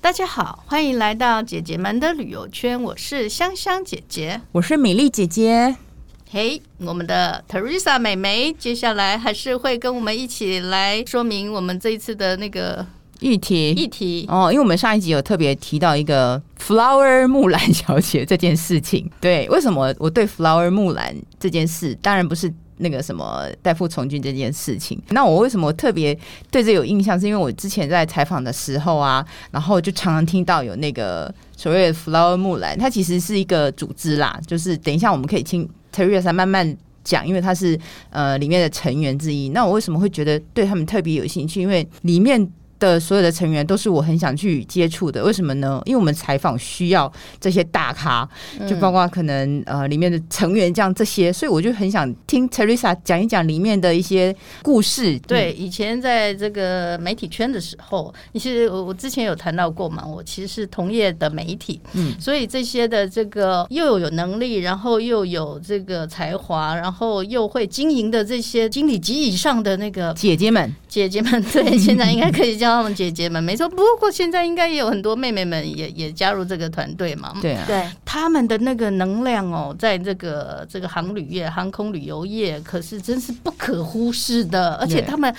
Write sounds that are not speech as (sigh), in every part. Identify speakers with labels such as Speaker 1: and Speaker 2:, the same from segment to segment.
Speaker 1: 大家好，欢迎来到姐姐们的旅游圈，我是香香姐姐。
Speaker 2: 我是米粒姐姐，
Speaker 1: 嘿、我们的 Teresa 美眉，接下来还是会跟我们一起来说明我们这一次的那个
Speaker 2: 玉婷。
Speaker 1: 议题。
Speaker 2: 哦，因为我们上一集有特别提到一个 Flower (laughs) 木兰小姐这件事情，对，为什么我对 Flower 木兰这件事，当然不是那个什么代父从军这件事情。那我为什么特别对这有印象，是因为我之前在采访的时候啊，然后就常常听到有那个所谓的 Flower 木兰，它其实是一个组织啦，就是等一下我们可以听 Teresa 慢慢。讲，因为它是呃里面的成员之一。那我为什么会觉得对他们特别有兴趣？因为里面的所有的成员都是我很想去接触的。为什么呢？因为我们采访需要这些大咖，就包括可能呃里面的成员这样这些，所以我就很想听 Teresa 讲一讲里面的一些故事。
Speaker 1: 对，以前在这个媒体圈的时候，你是我我之前有谈到过嘛，我其实是同业的媒体，
Speaker 2: 嗯，
Speaker 1: 所以这些的这个又有能力，然后又有这个才华，然后又会经营的这些经理级以上的那个
Speaker 2: 嗯姐姐们，
Speaker 1: 姐姐们，
Speaker 2: (laughs)
Speaker 1: 对，现在应该可以叫他们姐姐们，没错。不过现在应该也有很多妹妹们也也加入这个团队嘛，
Speaker 2: 对啊，
Speaker 3: 对，
Speaker 1: 他们的那个能量哦，在这个这个航旅业、航空旅游业，可是真是不可忽视的。而且
Speaker 2: 对
Speaker 1: 他们，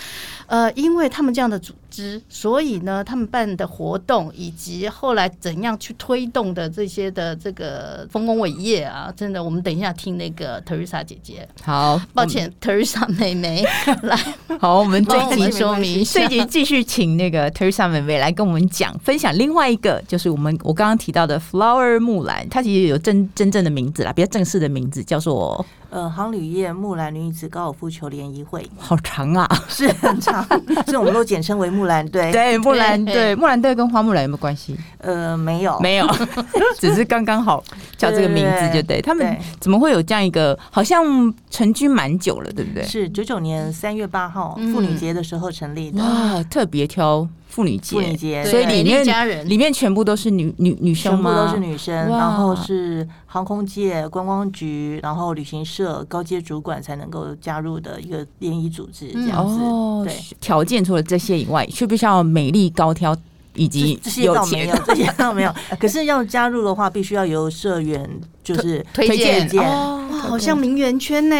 Speaker 1: 呃，因为他们这样的组织，所以呢，他们办的活动以及后来怎样去推动的这些的这个丰功伟业啊，真的，我们等一下听那个 Teresa 姐姐，
Speaker 2: 好，
Speaker 1: 抱歉、t
Speaker 2: 嗯
Speaker 1: e r e s a 妹妹来
Speaker 2: (laughs)
Speaker 3: (laughs)
Speaker 2: 我们，好，我们这
Speaker 1: 帮我
Speaker 2: 一集
Speaker 1: 们说明一下
Speaker 2: 这一。集继续请那个 Teresa 妹妹来跟我们讲，分享另外一个就是我们我刚刚提到的 Flower 木兰，它其实有真真正的名字啦，比较正式的名字叫做
Speaker 3: 呃，航旅业木兰女子高尔夫球联谊会
Speaker 2: 好长啊，
Speaker 3: 是很长， (laughs) 所以我们都简称为木兰队。，
Speaker 2: 对木
Speaker 3: 哎
Speaker 2: 兰
Speaker 1: 对
Speaker 2: 对木兰队跟花木兰有没有关系？
Speaker 3: 呃，没有，
Speaker 2: 没有，只是刚刚好叫这个名字就对。他们
Speaker 3: 对
Speaker 2: 怎么会有这样一个？好像成军蛮久了，对不对？
Speaker 3: 是九九年三月八号妇女节的时候成立
Speaker 2: 嗯
Speaker 3: 的。
Speaker 2: 哇，特别挑妇女节，
Speaker 3: 妇女节
Speaker 2: 所以
Speaker 1: 对美
Speaker 2: 里
Speaker 1: 丽
Speaker 2: 面
Speaker 1: 佳人
Speaker 2: 里面全部都是女女女生
Speaker 3: 全部
Speaker 2: 吗？
Speaker 3: 都是女生，
Speaker 2: 哇
Speaker 3: 然后是航空界、观光局，然后旅行社高阶主管才能够加入的一个联谊组织，这样子。
Speaker 2: 哦
Speaker 3: 对，，
Speaker 2: 条件除了这些以外，需不需要美丽、高挑以及
Speaker 3: 这这些
Speaker 2: 有
Speaker 3: 倒没
Speaker 2: 钱
Speaker 3: 有？，这些倒没有。 (laughs) 可是要加入的话，必须要由社员就是
Speaker 1: 推推荐
Speaker 3: 荐
Speaker 2: 哦
Speaker 1: 哇，好像名媛圈呢，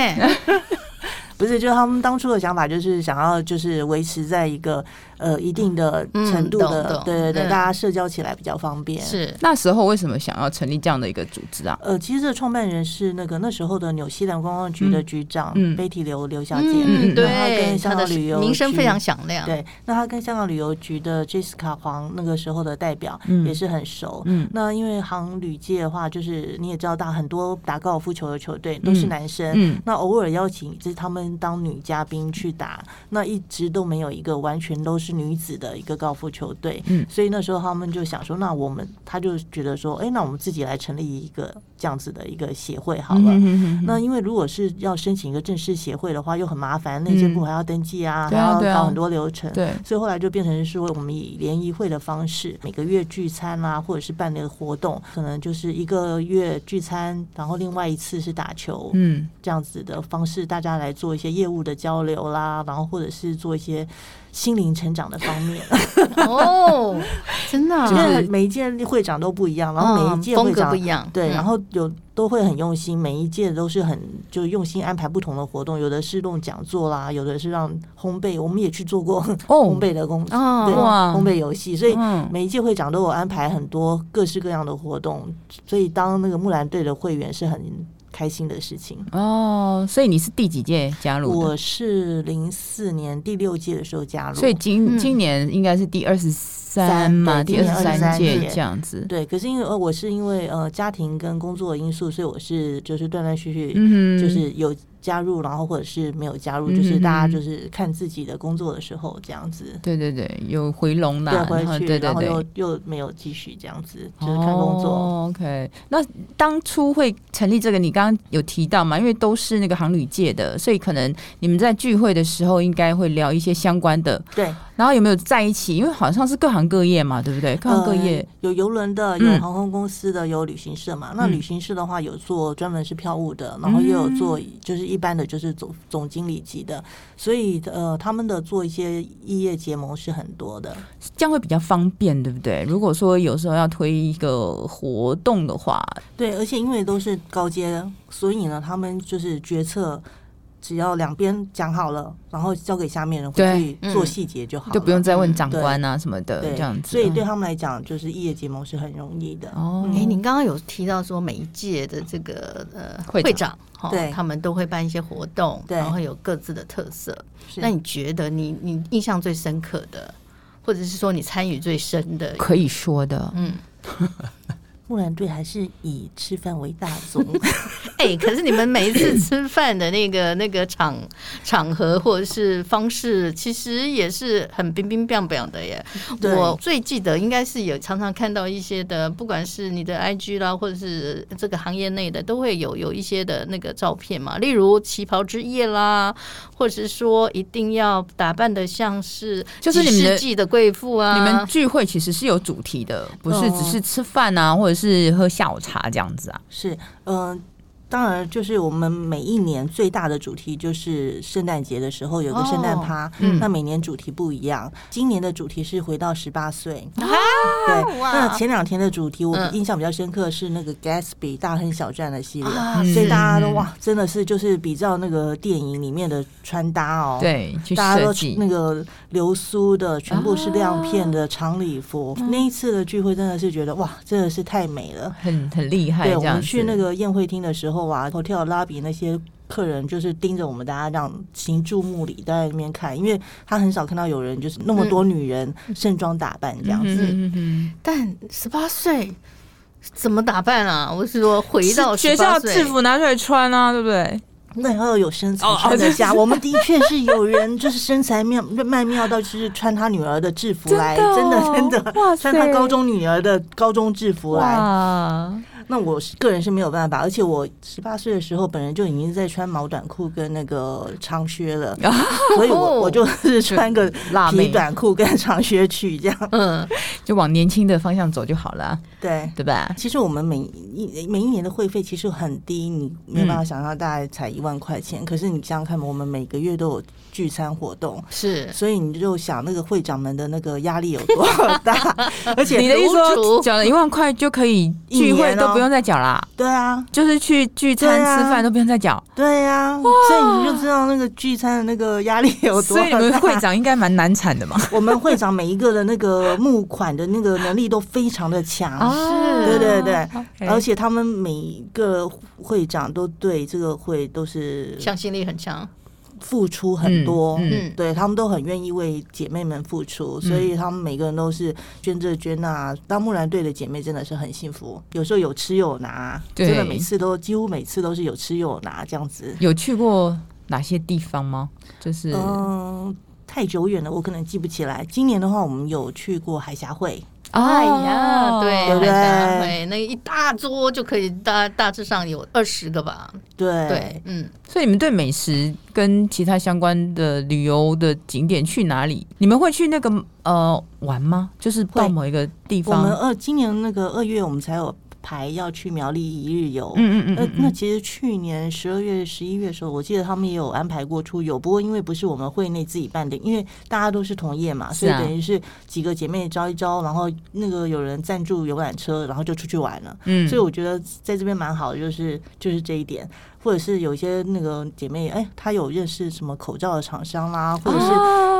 Speaker 3: 不是，就是他们当初的想法，就是想要就是维持在一个呃一定的程度
Speaker 1: 嗯懂
Speaker 3: 的，
Speaker 1: 懂
Speaker 3: 对对对，
Speaker 1: 嗯
Speaker 3: 大家社交起来比较方便。。
Speaker 1: (laughs) 是
Speaker 2: 那时候为什么想要成立这样的一个组织啊？
Speaker 3: 呃，其实这个创办人是那个那时候的纽西兰观光局的局长
Speaker 2: 嗯嗯
Speaker 3: 贝蒂刘刘小姐，
Speaker 1: 嗯，
Speaker 2: 嗯
Speaker 3: 然后
Speaker 1: 对，
Speaker 3: 跟
Speaker 1: 她
Speaker 3: 香
Speaker 1: 的
Speaker 3: 港旅游
Speaker 1: 名声
Speaker 3: 局
Speaker 1: 非常响亮，
Speaker 3: 对，那他跟香港旅游局的 Jessica 黄那个时候的代表
Speaker 2: 嗯
Speaker 3: 也是很熟。
Speaker 2: 嗯
Speaker 3: 那因为航旅界的话，就是你也知道，大很多打高尔夫球的球队都是
Speaker 2: 嗯
Speaker 3: 男生，
Speaker 2: 嗯，
Speaker 3: 那偶尔邀请就是他们当女嘉宾去打，那一直都没有一个完全都是女子的一个高尔夫球队，
Speaker 2: 嗯
Speaker 3: 所以那时候他们就想说，那我们他就觉得说，哎、那我们自己来成立一个这样子的一个协会好了。
Speaker 2: 嗯哼哼哼
Speaker 3: 那因为如果是要申请一个正式协会的话，又很麻烦，内政部还要登记啊，
Speaker 2: 对啊
Speaker 3: 还
Speaker 2: 对
Speaker 3: 要
Speaker 2: 啊
Speaker 3: 搞很多流程。
Speaker 2: 对，
Speaker 3: 所以后来就变成是说，我们以联谊会的方式，每个月聚餐啦、或者是办那个活动，可能就是一个月聚餐，然后另外一次是打球，
Speaker 2: 嗯，
Speaker 3: 这样子的方式，大家来做一些业务的交流啦，然后或者是做一些心灵成长的方
Speaker 1: (laughs)
Speaker 3: 面。
Speaker 1: (laughs) 哦，真
Speaker 3: (laughs)
Speaker 1: 的啊、
Speaker 2: 就
Speaker 3: 因为
Speaker 2: 是
Speaker 3: 每一届会长都不一样，然后每一届
Speaker 1: 嗯风
Speaker 3: 会
Speaker 1: 格
Speaker 3: 长、
Speaker 1: 不一样，
Speaker 3: 对，
Speaker 1: 嗯
Speaker 3: 然后有都会很用心，每一届都是很就用心安排不同的活动，有的是弄讲座啦，有的是让烘焙，我们也去做过 (laughs) 烘
Speaker 2: 哦，
Speaker 3: 焙的工作，对，
Speaker 1: 哦，
Speaker 2: 哇
Speaker 3: 烘焙游戏，所以
Speaker 2: 嗯，
Speaker 3: 每一届会长都有安排很多各式各样的活动，所以当那个木兰队的会员是很开心的事情。
Speaker 2: 哦，所以你是第几届加入的？
Speaker 3: 我是零四年第六届的时候加入，
Speaker 2: 所以今
Speaker 1: 嗯
Speaker 2: 今年应该是第二十三
Speaker 3: 三
Speaker 2: 嘛，
Speaker 3: 对
Speaker 2: 第
Speaker 3: 今
Speaker 2: 二
Speaker 3: 年
Speaker 2: 十三
Speaker 3: 23
Speaker 2: 届
Speaker 3: 届
Speaker 2: 这样子。
Speaker 3: 对，可是因为呃，我是因为呃家庭跟工作的因素，所以我是就是断断续续，
Speaker 2: 嗯哼
Speaker 3: 就是有加入，然后或者是没有加入，
Speaker 2: 嗯
Speaker 3: 就是大
Speaker 2: 嗯嗯
Speaker 3: 家就是看自己的工作的时候这样子。
Speaker 2: 对对对，有回笼啦
Speaker 3: 对，，
Speaker 2: 然后
Speaker 3: 回去，
Speaker 2: 对对
Speaker 3: 然后
Speaker 2: 对，
Speaker 3: 又又没有继续这样子，就是看工作。
Speaker 2: 哦、OK，那当初会成立这个，你刚刚有提到嘛？因为都是那个航旅界的，所以可能你们在聚会的时候应该会聊一些相关的
Speaker 3: 对，
Speaker 2: 然后有没有在一起？因为好像是各行各业嘛，对不对？各行各业
Speaker 3: 呃，有游轮的，
Speaker 2: 嗯
Speaker 3: 有航空公司的，有旅行社嘛。那
Speaker 2: 嗯
Speaker 3: 旅行社的话，有做专门是票务的，然后也有做
Speaker 2: 嗯
Speaker 3: 就是一般的，就是总总经理级的。所以呃，他们的做一些异业结盟是很多的。
Speaker 2: 这样会比较方便，对不对？如果说有时候要推一个活动的话，
Speaker 3: 对，而且因为都是高阶，所以呢，他们就是决策。只要两边讲好了，然后交给下面人回
Speaker 2: 对嗯
Speaker 3: 去做细节就好了，
Speaker 2: 就不用再问长
Speaker 3: 对
Speaker 2: 官啊什么的，
Speaker 3: 对
Speaker 2: 这样子。
Speaker 3: 所以对
Speaker 2: 嗯
Speaker 3: 他们来讲，就是异业结盟是很容易的。
Speaker 2: 哦，
Speaker 1: 哎、您刚刚有提到说每一届的这个呃
Speaker 2: 会长
Speaker 1: 长，哈
Speaker 3: 对
Speaker 1: 他们都会办一些活动，
Speaker 3: 对
Speaker 1: 然后有各自的特色。
Speaker 3: 是
Speaker 1: 那你觉得你你印象最深刻的，或者是说你参与最深的，
Speaker 2: 可以说的，
Speaker 1: 嗯，
Speaker 3: 木兰队还是以吃饭为大宗，
Speaker 1: 哎、可是你们每一次吃饭的那个那个场场合或者是方式，其实也是很冰冰冰冰的耶。
Speaker 2: 嗯
Speaker 3: 对
Speaker 1: 我最记得应该是有常常看到一些的，不管是你的 IG 啦，或者是这个行业内的，都会有有一些的那个照片嘛，例如旗袍之夜啦，或者是说一定要打扮的像是
Speaker 2: 就是你们
Speaker 1: 几
Speaker 2: 的
Speaker 1: 世纪的贵妇啊，
Speaker 2: 你们聚会其实是有主题的，不是
Speaker 3: 哦
Speaker 2: 只是吃饭啊，或者是喝下午茶这样子啊。
Speaker 3: 是，嗯、当然，就是我们每一年最大的主题就是圣诞节的时候有个圣诞趴，
Speaker 2: 嗯
Speaker 3: 那每年主题不一样。今年的主题是回到十八岁，
Speaker 1: 啊
Speaker 3: 对。
Speaker 1: 哇
Speaker 3: 那前两天的主题我
Speaker 1: 嗯
Speaker 3: 印象比较深刻是那个 Gatsby 大亨小传的系列，
Speaker 1: 啊
Speaker 3: 所以大家都
Speaker 2: 嗯
Speaker 3: 哇，真的是就是比较那个电影里面的穿搭哦，，
Speaker 2: 对，去
Speaker 3: 大家
Speaker 2: 设
Speaker 3: 都
Speaker 2: 计啊
Speaker 3: 那个流苏的，全部是亮片的长礼服。
Speaker 2: 嗯
Speaker 3: 那一次的聚会真的是觉得哇，真的是太美了。
Speaker 2: 很很厉害，
Speaker 3: 对，
Speaker 2: 这
Speaker 3: 我
Speaker 2: 样
Speaker 3: 们
Speaker 2: 子
Speaker 3: 去那个宴会厅的时候啊，hotel lobby 那些客人就是盯着我们大家，让行注目礼在那边看，因为他很少看到有人就是那么多女人盛装打扮这样子。
Speaker 2: 嗯嗯嗯
Speaker 1: 但十八岁怎么打扮啊？我是说回
Speaker 2: 嗯
Speaker 1: 到
Speaker 2: 是学校
Speaker 1: 18岁
Speaker 2: 制，服拿出来穿啊，对不对？
Speaker 3: 那还要有身材
Speaker 2: 哦哦
Speaker 3: 穿
Speaker 2: (laughs)
Speaker 3: 得下，
Speaker 2: 对
Speaker 3: 我们的确是有人就是身材妙曼妙到就是穿他女儿的制服来，真的、
Speaker 2: 哦
Speaker 3: 真的
Speaker 2: 哇塞
Speaker 3: (laughs) 穿他高中女儿的高中制服来，
Speaker 2: 哇，
Speaker 3: 那我是个人是没有办法，而且我十八岁的时候，本人就已经在穿毛短裤跟那个长靴
Speaker 2: (laughs)
Speaker 3: 了，所以我我就是穿个
Speaker 2: 哦辣妹
Speaker 3: 皮短裤跟长靴去这样。
Speaker 1: 嗯，
Speaker 2: 就往年轻的方向走就好了啊，
Speaker 3: 对，
Speaker 2: 对吧？
Speaker 3: 其实我们每一每一年的会费其实很低，你没有办
Speaker 2: 嗯
Speaker 3: 法想象，大概才一万块钱。可是你想想看，我们每个月都有聚餐活动。
Speaker 1: 是
Speaker 3: 所以你就想那个会长们的那个压力有多大， (laughs) 而且
Speaker 2: 你的意思
Speaker 1: 如
Speaker 2: 说
Speaker 1: 主
Speaker 2: 缴了一万块就可以
Speaker 3: 一
Speaker 2: 聚会
Speaker 3: 年
Speaker 2: 都
Speaker 3: 哦
Speaker 2: 不用再缴啦，
Speaker 3: 对啊，
Speaker 2: 就是去聚餐
Speaker 3: 对啊
Speaker 2: 吃饭都不用再缴，
Speaker 3: 对啊，所以你就知道那个聚餐的那个压力有多
Speaker 2: 所
Speaker 3: 大。
Speaker 2: 以你们会长应该蛮难产
Speaker 3: (laughs)
Speaker 2: 的嘛。
Speaker 3: 我们会长每一个的那个募款的那个能力都非常的强，
Speaker 2: 啊
Speaker 3: 对对对
Speaker 2: OK
Speaker 3: 而且他们每一个会长都对这个会都是
Speaker 1: 向心力很强，
Speaker 3: 付出很多，
Speaker 2: 嗯
Speaker 1: 嗯
Speaker 3: 对他们都很愿意为姐妹们付出，所以他们每个人都是捐这捐那。当木兰队的姐妹真的是很幸福，有时候有吃有拿，
Speaker 2: 对
Speaker 3: 真的每次都几乎每次都是有吃有拿这样子。
Speaker 2: 有去过哪些地方吗？就是、哦
Speaker 3: 嗯，太久远了，我可能记不起来。今年的话，我们有去过海峡会。
Speaker 2: 哦
Speaker 1: 哎呀，对，
Speaker 3: 对不对
Speaker 1: 很会那一大桌就可以大大致上有二十个吧，
Speaker 3: 对，
Speaker 1: 对，嗯，
Speaker 2: 所以你们对美食跟其他相关的旅游的景点去哪里？你们会去那个呃玩吗？就是到
Speaker 3: 会
Speaker 2: 某一个地
Speaker 3: 我们
Speaker 2: 方？
Speaker 3: 二今年那个二月，我们才有排要去苗栗一日游。
Speaker 2: 嗯嗯
Speaker 3: 那呃那其实去年十二月、十一月的时候，我记得他们也有安排过出游，不过因为不是我们会内自己办的，因为大家都是同业嘛，
Speaker 2: 是
Speaker 3: 所以
Speaker 2: 啊
Speaker 3: 等于是几个姐妹招一招，然后那个有人赞助游览车，然后就出去玩了。
Speaker 2: 嗯
Speaker 3: 所以我觉得在这边蛮好的，就是就是这一点，或者是有一些那个姐妹，哎，她有认识什么口罩的厂商啦，或者是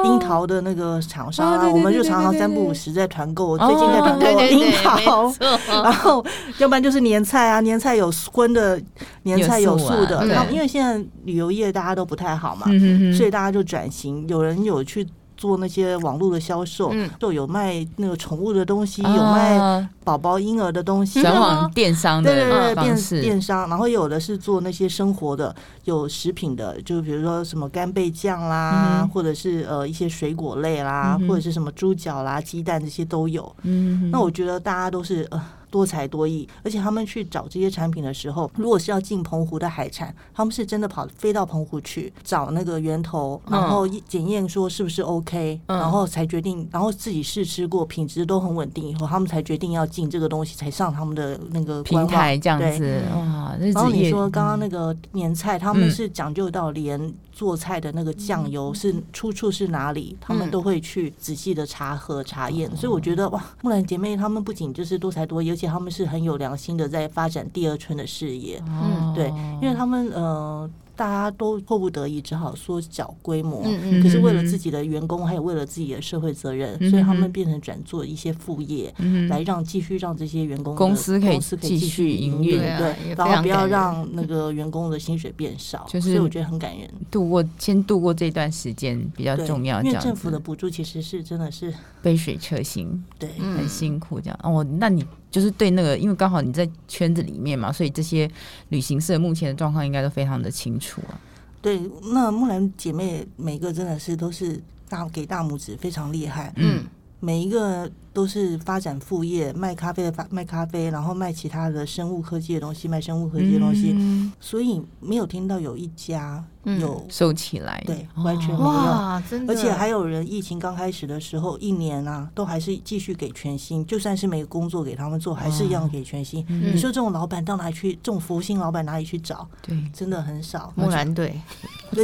Speaker 3: 樱桃的那个厂商
Speaker 2: 哦
Speaker 3: 啊，
Speaker 2: 对对
Speaker 3: 我们
Speaker 2: 对
Speaker 3: 就
Speaker 2: 对
Speaker 3: 常常
Speaker 2: 对
Speaker 3: 三
Speaker 2: 对
Speaker 3: 不五时在团购，我
Speaker 2: 哦
Speaker 3: 最近在团
Speaker 1: 对
Speaker 3: 购
Speaker 1: 对
Speaker 3: 樱
Speaker 1: 对，
Speaker 3: 桃
Speaker 1: 没。错，
Speaker 3: (laughs) 然后，要不然就是年菜啊，年菜有荤的，年菜有素
Speaker 2: 有素
Speaker 3: 的。
Speaker 2: 啊
Speaker 3: 然后
Speaker 1: 对
Speaker 3: 因为现在旅游业大家都不太好嘛，
Speaker 2: 嗯
Speaker 3: 所
Speaker 2: 嗯
Speaker 3: 以大啊家就转型，有人有去做那些网络的销售
Speaker 1: 嗯，
Speaker 3: 就有卖那个宠物的东西，
Speaker 2: 嗯，
Speaker 3: 有卖
Speaker 2: 啊
Speaker 3: 宝宝婴儿的东西，
Speaker 2: 转往电商
Speaker 3: 对对
Speaker 2: 的
Speaker 3: 对，
Speaker 2: 方
Speaker 3: 电
Speaker 2: 式。
Speaker 3: 电商，然后有的是做那些生活的，有食品的，就比如说什么干贝酱啦，
Speaker 2: 嗯哼
Speaker 3: 或者是呃一些水果类啦，
Speaker 2: 嗯哼
Speaker 3: 或者是什么猪脚啦、鸡蛋这些都有。
Speaker 2: 嗯，
Speaker 3: 那我觉得大家都是呃多才多艺，而且他们去找这些产品的时候，如果是要进澎湖的海产，他们是真的跑飞到澎湖去找那个源头，
Speaker 2: 嗯
Speaker 3: 然后一检验说是不是 OK，、
Speaker 2: 嗯
Speaker 3: 然后才决定，然后自己试吃过，品质都很稳定以后，他们才决定要进这个东西，才上他们的那个官
Speaker 2: 平
Speaker 3: 网
Speaker 2: 台这样
Speaker 3: 对
Speaker 2: 子哇，日
Speaker 3: 然
Speaker 2: 子哦
Speaker 3: 后你
Speaker 2: 业
Speaker 3: 说刚刚那个年菜，他们
Speaker 2: 嗯
Speaker 3: 是讲究到连做菜的那个酱油是出处是哪里，他们
Speaker 1: 嗯
Speaker 3: 都会去仔细的查核查验。所以我
Speaker 2: 哦
Speaker 3: 觉得哇，木兰姐妹她们不仅就是多才多艺，而且她们是很有良心的在发展第二春的事业，
Speaker 2: 哦
Speaker 3: 嗯对因为他们呃大家都迫不得已，只好缩小规模。
Speaker 1: 嗯
Speaker 3: 可
Speaker 1: 嗯
Speaker 3: 是为了自己的员工，还有为了自己的社会责任，所以他们变成转做一些副业，
Speaker 2: 嗯
Speaker 3: 来让继续让这些员工的
Speaker 2: 公司可以
Speaker 3: 公司可以
Speaker 2: 继续营
Speaker 3: 运，
Speaker 2: 运
Speaker 1: 对啊也非
Speaker 3: 对，然后
Speaker 1: 常
Speaker 3: 不要
Speaker 1: 感人
Speaker 3: 让那个员工的薪水变少，
Speaker 2: 就是
Speaker 3: 所以我觉得很感人，
Speaker 2: 度过先度过这段时间比较
Speaker 3: 对
Speaker 2: 重要，这
Speaker 3: 因为
Speaker 2: 样
Speaker 3: 政府
Speaker 2: 子
Speaker 3: 的补助其实是真的是
Speaker 2: 杯水车薪，
Speaker 3: 对，
Speaker 1: 嗯
Speaker 2: 很辛苦这样。哦，那你就是对那个，因为刚好你在圈子里面嘛，所以这些旅行社目前的状况应该都非常的清楚啊。
Speaker 3: 对。那木兰姐妹每个真的是都是大给大拇指，非常厉害，
Speaker 1: 嗯
Speaker 3: 每一个都是发展副业，卖咖啡的发卖咖啡，然后卖其他的生物科技的东西，卖生物科技的东西，
Speaker 2: 嗯
Speaker 3: 所以没有听到有一家
Speaker 1: 嗯
Speaker 3: 有
Speaker 2: 收起来，
Speaker 3: 对
Speaker 2: 哦
Speaker 3: 完全没有
Speaker 1: 哇，真的，
Speaker 3: 嗯而且还有人疫情刚开始的时候，一年啊，都还是继续给全薪，就算是没工作给他们做，还是一样给全薪。
Speaker 1: 嗯
Speaker 3: 你说这种老板到哪里去？这种福星老板哪里去找？
Speaker 2: 对，
Speaker 3: 真的很少。
Speaker 2: 嗯
Speaker 1: 木兰队，
Speaker 3: 而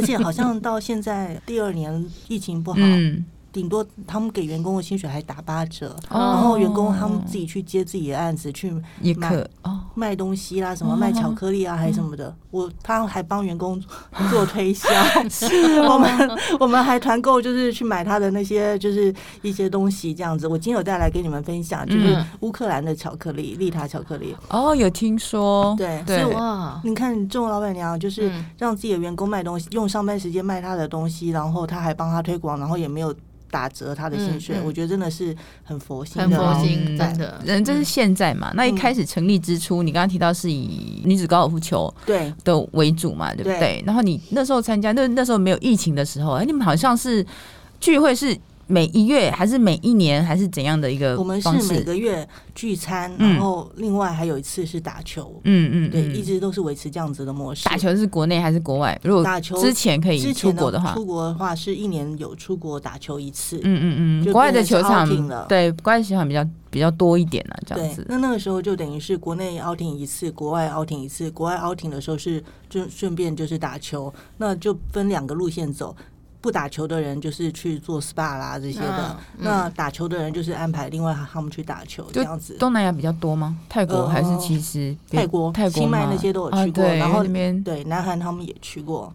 Speaker 2: (laughs)
Speaker 3: 且好像到现在第二年疫情不好，
Speaker 2: 嗯，
Speaker 3: 顶多他们给员工的薪水还打八折，
Speaker 2: 哦
Speaker 3: 然后员工他们自己去接自己的案子去
Speaker 2: 也
Speaker 3: 买
Speaker 2: 可哦，
Speaker 3: 卖东西啦，什
Speaker 1: 嗯
Speaker 3: 么
Speaker 2: 哦
Speaker 3: 卖巧克力啊，还是什么的。我他还帮员工 (laughs) 做
Speaker 1: (laughs)
Speaker 3: 推销，
Speaker 1: 哦
Speaker 3: 我们我们还团购，就是去买他的那些就是一些东西这样子。我今天有带来给你们分享，就是
Speaker 1: 嗯
Speaker 3: 乌克兰的巧克力，丽塔巧克力。
Speaker 2: 哦，有听说，
Speaker 3: 对
Speaker 2: 对
Speaker 3: 所以，我
Speaker 1: 哇，
Speaker 3: 你看，这种老板娘啊就是
Speaker 1: 嗯
Speaker 3: 让自己的员工卖东西，用上班时间卖他的东西，然后他还帮他推广，然后也没有打折他的薪水。
Speaker 1: 嗯嗯
Speaker 3: 我觉得真的是很佛心
Speaker 1: 很
Speaker 3: 的
Speaker 1: 佛
Speaker 3: 老
Speaker 1: 心，
Speaker 2: 嗯
Speaker 1: 真的，
Speaker 2: 人这是现在嘛？那一
Speaker 3: 嗯
Speaker 2: 开始成立之初，你刚刚提到是以女子高尔夫球
Speaker 3: 对
Speaker 2: 的为主嘛，对不对？
Speaker 3: 对
Speaker 2: 然后你那时候参加，那那时候没有疫情的时候，哎，你们好像是聚会是每一月还是每一年还是怎样的一
Speaker 1: 呃
Speaker 2: 个
Speaker 3: 我们是
Speaker 2: 方
Speaker 3: 每
Speaker 2: 式？
Speaker 3: 个月聚餐，
Speaker 2: 嗯
Speaker 3: 然后另外还有一次是打球，
Speaker 2: 嗯嗯，
Speaker 3: 对，
Speaker 2: 嗯
Speaker 3: 一直都是维持这样子的模式。
Speaker 2: 打球是国内还是国外？如果
Speaker 3: 打球
Speaker 2: 之前可以
Speaker 3: 之
Speaker 2: 出
Speaker 3: 前哦
Speaker 2: 国的话，
Speaker 3: 出国的话是一年有出国打球一次。
Speaker 2: 嗯嗯嗯，
Speaker 3: 就
Speaker 2: 国外的球
Speaker 3: 变
Speaker 2: 场
Speaker 3: 成是 outing 了
Speaker 2: 对，国外的球场比较比较多一点啊，这样
Speaker 3: 对
Speaker 2: 子，。
Speaker 3: 那那个时候就等于是国内 outing 一次，国外 outing 一次。国外 outing 的时候是就顺便就是打球，那就分两个路线走。不打球的人就是去做 SPA 啦这些的，
Speaker 1: 嗯嗯
Speaker 3: 那打球的人就是安排另外他们去打球这样子。
Speaker 2: 东南亚比较多吗？泰国
Speaker 3: 呃
Speaker 2: 还是其实别
Speaker 3: 泰国、
Speaker 2: 泰国
Speaker 3: 清迈
Speaker 2: 吗
Speaker 3: 那些都有去过，
Speaker 2: 啊对
Speaker 3: 然后
Speaker 2: 那边
Speaker 3: 对南韩他们也去过，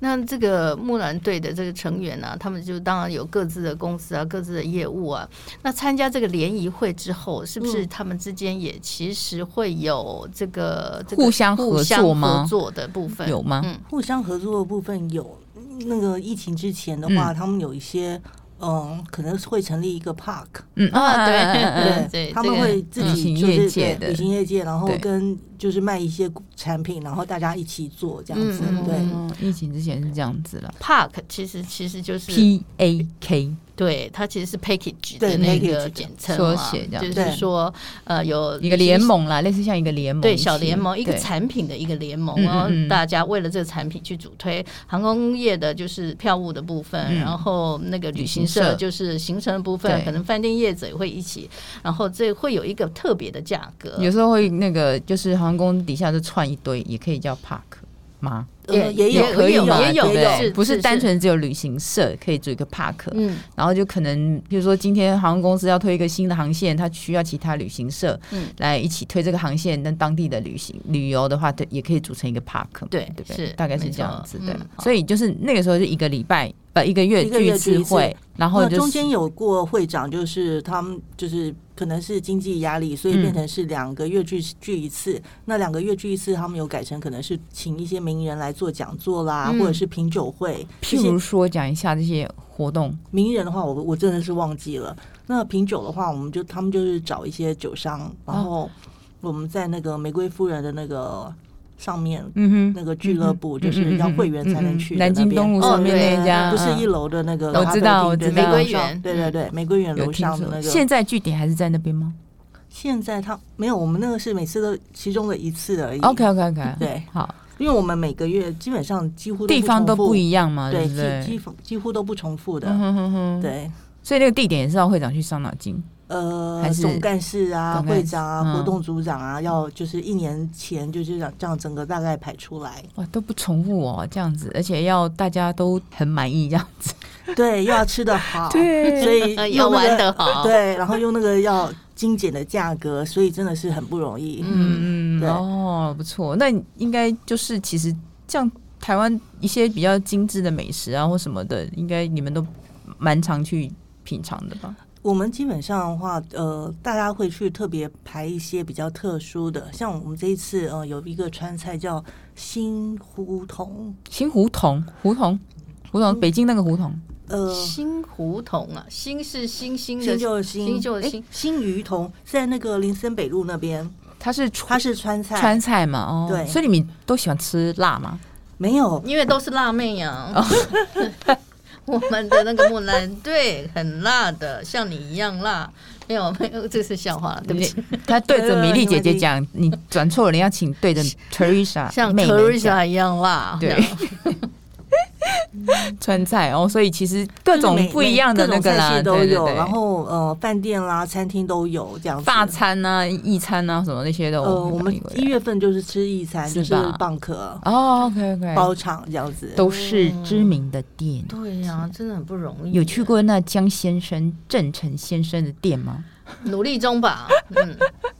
Speaker 1: 那这个木兰队的这个成员呢、他们就当然有各自的公司啊，各自的业务啊。那参加这个联谊会之后，是不是
Speaker 2: 嗯
Speaker 1: 他们之间也其实会有这个、这个
Speaker 2: 互相合作
Speaker 1: 互相
Speaker 2: 吗
Speaker 1: 合作的部分？
Speaker 2: 有吗？
Speaker 1: 嗯
Speaker 3: 互相合作的部分有那个疫情之前的话，他们有一些嗯，可能会成立一个 park，
Speaker 2: 嗯
Speaker 1: 啊对
Speaker 2: 嗯
Speaker 1: 嗯对
Speaker 3: 他
Speaker 1: 这
Speaker 3: 们
Speaker 1: 个
Speaker 3: 会自己
Speaker 2: 嗯旅
Speaker 3: 就
Speaker 2: 行业
Speaker 3: 是
Speaker 2: 界
Speaker 3: 对
Speaker 2: 的
Speaker 3: 旅行业界，然后
Speaker 2: 对
Speaker 3: 跟就是卖一些产品，然后大家一起做这样子
Speaker 1: 嗯嗯，
Speaker 3: 对。
Speaker 2: 哦疫情之前是这样子了。
Speaker 1: ，Park 其实其实就是
Speaker 2: P A K，
Speaker 1: 对，它其实是 package
Speaker 3: 对
Speaker 1: 的那
Speaker 3: package
Speaker 1: 个
Speaker 3: 的
Speaker 1: 简称
Speaker 2: 缩
Speaker 1: 嘛
Speaker 2: 写这样
Speaker 1: 就是
Speaker 3: 对
Speaker 1: 说呃有
Speaker 2: 一个联。盟啦，类似像一个联盟一
Speaker 1: 对
Speaker 2: 起，
Speaker 1: 小联盟一个
Speaker 2: 对
Speaker 1: 产品的一个联盟
Speaker 2: 嗯，嗯
Speaker 1: 然后
Speaker 2: 嗯
Speaker 1: 大家为了这个产品去主推航空业的就是票务的部分，
Speaker 2: 嗯
Speaker 1: 然后那个旅行
Speaker 2: 旅行
Speaker 1: 社
Speaker 2: 社
Speaker 1: 就是行程的部分
Speaker 2: 对，
Speaker 1: 可能饭店业者也会一起，然后这会有一个特别的价格，
Speaker 2: 有时候会那个就是航空底下就串一堆，也可以叫 park 吗？
Speaker 3: 呃也
Speaker 1: 也
Speaker 3: 有
Speaker 2: 可以
Speaker 1: 有
Speaker 2: 嘛
Speaker 1: 也有
Speaker 2: 啊对不
Speaker 1: 也
Speaker 2: 对
Speaker 1: 是
Speaker 2: 不是
Speaker 1: 是
Speaker 2: 单纯只有旅行社可以做一个 park，
Speaker 1: 嗯
Speaker 2: 然后就可能比如说今天航空公司要推一个新的航线，它需要其他旅行社
Speaker 1: 嗯，
Speaker 2: 来一起推这个航线，那当地的旅行旅游的话，对，也可以组成一个 park，嘛
Speaker 1: 对
Speaker 2: 对不
Speaker 1: 是
Speaker 2: 对？大概是
Speaker 1: 没错
Speaker 2: 这样子的
Speaker 1: 嗯。
Speaker 2: 所以就是那个时候是一个礼拜呃一个月
Speaker 3: 一个月
Speaker 2: 次
Speaker 3: 聚一次
Speaker 2: 会，然后
Speaker 3: 那
Speaker 2: 就
Speaker 3: 中
Speaker 2: 是
Speaker 3: 间有过会长，就是他们就是可能是经济压力，所以
Speaker 2: 嗯
Speaker 3: 变成是两个月聚聚一次。那两个月聚一次，他们有改成可能是请一些名人来做讲座啦，
Speaker 1: 嗯
Speaker 3: 或者是品酒会。
Speaker 2: 譬如说讲一下这些活动，
Speaker 3: 名人的话我，我真的是忘记了。那品酒的话，我们就他们就是找一些酒商，然
Speaker 2: 哦
Speaker 3: 后我们在那个玫瑰夫人的那个上面。
Speaker 2: 嗯哼，嗯
Speaker 3: 那个俱乐部就是要会员才能去的
Speaker 2: 南京
Speaker 3: 那边
Speaker 2: 东路
Speaker 1: 哦
Speaker 2: 上面
Speaker 1: 对
Speaker 2: 那家，
Speaker 3: 不是
Speaker 2: 嗯
Speaker 3: 一楼的那个
Speaker 2: 我
Speaker 3: 咖啡
Speaker 2: 知道
Speaker 3: 厅
Speaker 2: 我
Speaker 3: 对
Speaker 2: 知道嗯
Speaker 3: 那个
Speaker 1: 玫瑰
Speaker 3: 楼上
Speaker 1: 园
Speaker 3: 对对对，玫瑰园
Speaker 2: 有
Speaker 3: 楼
Speaker 2: 听
Speaker 3: 上的那
Speaker 2: 说。
Speaker 3: 个
Speaker 2: 现在据点还是在那边吗？
Speaker 3: 现在他没有，我们那个是每次都其中的一次而已。
Speaker 2: OK OK OK，
Speaker 3: 对，
Speaker 2: 好，
Speaker 3: 因为我们每个月基本上几乎
Speaker 2: 地方都不
Speaker 3: 样，
Speaker 2: 一样嘛，
Speaker 3: 对，
Speaker 2: 不
Speaker 3: 几
Speaker 2: 对？
Speaker 3: 几乎几乎都不重复的。
Speaker 2: 嗯哼哼哼，
Speaker 3: 对，
Speaker 2: 所以那个地点也是要会长去伤脑筋。
Speaker 3: 呃
Speaker 2: 还，是
Speaker 3: 总干事啊、
Speaker 2: 总干事
Speaker 3: 会长啊、
Speaker 2: 嗯
Speaker 3: 活动组长啊，要就是一年前就是让这样整个大概排出来。
Speaker 2: 哇，都不重复哦，这样子，而且要大家都很满意这样子。
Speaker 3: 对，又要吃得好，
Speaker 2: (laughs) 对
Speaker 3: 所以
Speaker 1: (laughs) 要
Speaker 3: 用那个
Speaker 1: 玩得好
Speaker 3: 对，然后用那个要精简的价格，所以真的是很不容易。
Speaker 2: 嗯嗯，
Speaker 3: 对
Speaker 2: 哦，不错，那应该就是其实像台湾一些比较精致的美食啊或什么的，应该你们都蛮常去品尝的吧？
Speaker 3: 我们基本上的话，呃，大家会去特别排一些比较特殊的，像我们这一次，呃，有一个川菜叫新胡同，
Speaker 2: 新胡同，胡同，胡
Speaker 3: 嗯
Speaker 2: 同，北京那个胡同，
Speaker 3: 呃，
Speaker 1: 新胡同啊，新是星星的
Speaker 3: 新旧的新，
Speaker 1: 新旧的新
Speaker 3: 诶新鱼同在那个林森北路那边，
Speaker 2: 它是川
Speaker 3: 它是川菜，
Speaker 2: 川菜嘛？哦，
Speaker 3: 对
Speaker 2: 所以你们都喜欢吃辣吗？
Speaker 3: 没有
Speaker 1: 因为都是辣妹呀、
Speaker 3: 哦
Speaker 1: (laughs) 我们的那个木兰对很辣的，像你一样辣。没有没有，这是笑话，对不起。
Speaker 2: 他对着米粒姐姐
Speaker 3: 对
Speaker 2: 讲，你转错了，你要请对着 Teresa
Speaker 1: 像
Speaker 2: 妹妹讲
Speaker 1: Teresa 一样辣，
Speaker 2: 对
Speaker 1: 这样，
Speaker 2: (laughs) 川菜哦，所以其实各
Speaker 3: 就是
Speaker 2: 种
Speaker 3: 每
Speaker 2: 不一样的
Speaker 3: 每
Speaker 2: 那
Speaker 3: 各种
Speaker 2: 个
Speaker 3: 菜
Speaker 2: 啦，
Speaker 3: 系都有，
Speaker 2: 对对对
Speaker 3: 然后呃，饭店啦、餐厅都有这样子。
Speaker 2: 法餐啊、意餐啊什么那些都
Speaker 3: 呃，我们
Speaker 2: 以为
Speaker 3: 一月份就是吃意餐，
Speaker 2: 是
Speaker 3: 就是
Speaker 2: 吧
Speaker 3: 蚌壳
Speaker 2: 哦，OK OK，
Speaker 3: 包场这样子。嗯
Speaker 2: 都是知名的店。
Speaker 1: 对呀、真的很不容易。
Speaker 2: 有去过那江先生、郑成先生的店吗？
Speaker 1: 努力中吧，
Speaker 3: (laughs)
Speaker 1: 嗯，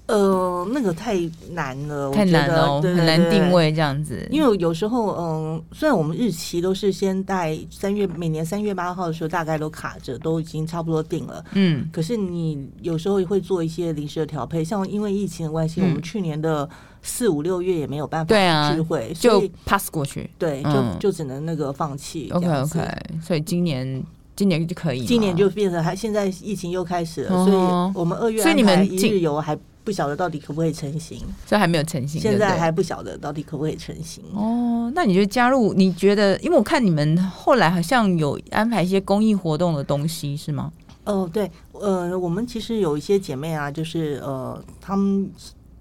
Speaker 3: 呃，那个太难了，我
Speaker 2: 太
Speaker 3: 觉
Speaker 2: 难
Speaker 3: 得
Speaker 2: 了哦，
Speaker 3: 对
Speaker 2: 很难定。
Speaker 3: 对对
Speaker 2: 位这样子。
Speaker 3: 因为有时候，嗯，虽然我们日期都是先在三月，每年三月八号的时候大概都卡着，都已经差不多定了。
Speaker 2: 嗯，
Speaker 3: 可是你有时候会做一些临时的调配，像因为疫情的关
Speaker 2: 嗯
Speaker 3: 系，我们去年的四五六月也没有办法
Speaker 2: 对啊
Speaker 3: 聚会，所
Speaker 2: 就
Speaker 3: 以
Speaker 2: pass 过去。
Speaker 3: 对，
Speaker 2: 嗯
Speaker 3: 就就只能那个放弃。
Speaker 2: OK
Speaker 3: 这样子
Speaker 2: OK，所以今年今年就可以吗，
Speaker 3: 今年就变成还现在疫情又开始了，
Speaker 2: 哦
Speaker 3: 所以我们二月
Speaker 2: 所以你们
Speaker 3: 安排一
Speaker 2: 进
Speaker 3: 日游还不晓得到底可不可以成型，
Speaker 2: 所以还没有成型。对
Speaker 3: 现
Speaker 2: 不对
Speaker 3: 在还不晓得到底可不可以成型。
Speaker 2: 哦，那你就加入？你觉得，因为我看你们后来好像有安排一些公益活动的东西，是吗？
Speaker 3: 哦，对，呃，我们其实有一些姐妹啊，就是呃，她们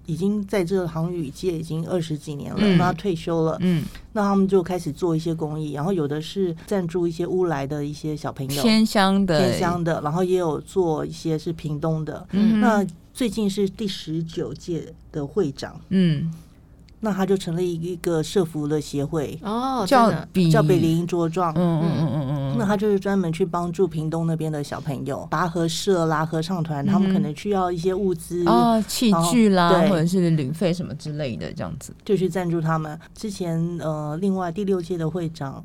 Speaker 3: 已经在这个航宇界已经二十几年了，
Speaker 2: 嗯
Speaker 3: 那退休了，
Speaker 2: 嗯，
Speaker 3: 那她们就开始做一些公益，然后有的是赞助一些乌来的一些小朋友，
Speaker 2: 偏乡的，
Speaker 3: 偏乡的，然后也有做一些是屏东的。
Speaker 2: 嗯，
Speaker 3: 那最近是第十九届的会长，
Speaker 2: 嗯，
Speaker 3: 那他就成立一个社服的协会，
Speaker 1: 哦，
Speaker 2: 叫
Speaker 1: 真的
Speaker 2: 比
Speaker 3: 叫北，林茁壮。
Speaker 2: 嗯嗯嗯嗯嗯，
Speaker 3: 那他就是专门去帮助屏东那边的小朋友，拔河社啦、合唱团，他们可能需要一些物资，
Speaker 2: 嗯哦，器具啦，
Speaker 3: 然后对
Speaker 2: 或者是旅费什么之类的，这样子。
Speaker 3: 就去赞助他们。之前呃，另外第六届的会长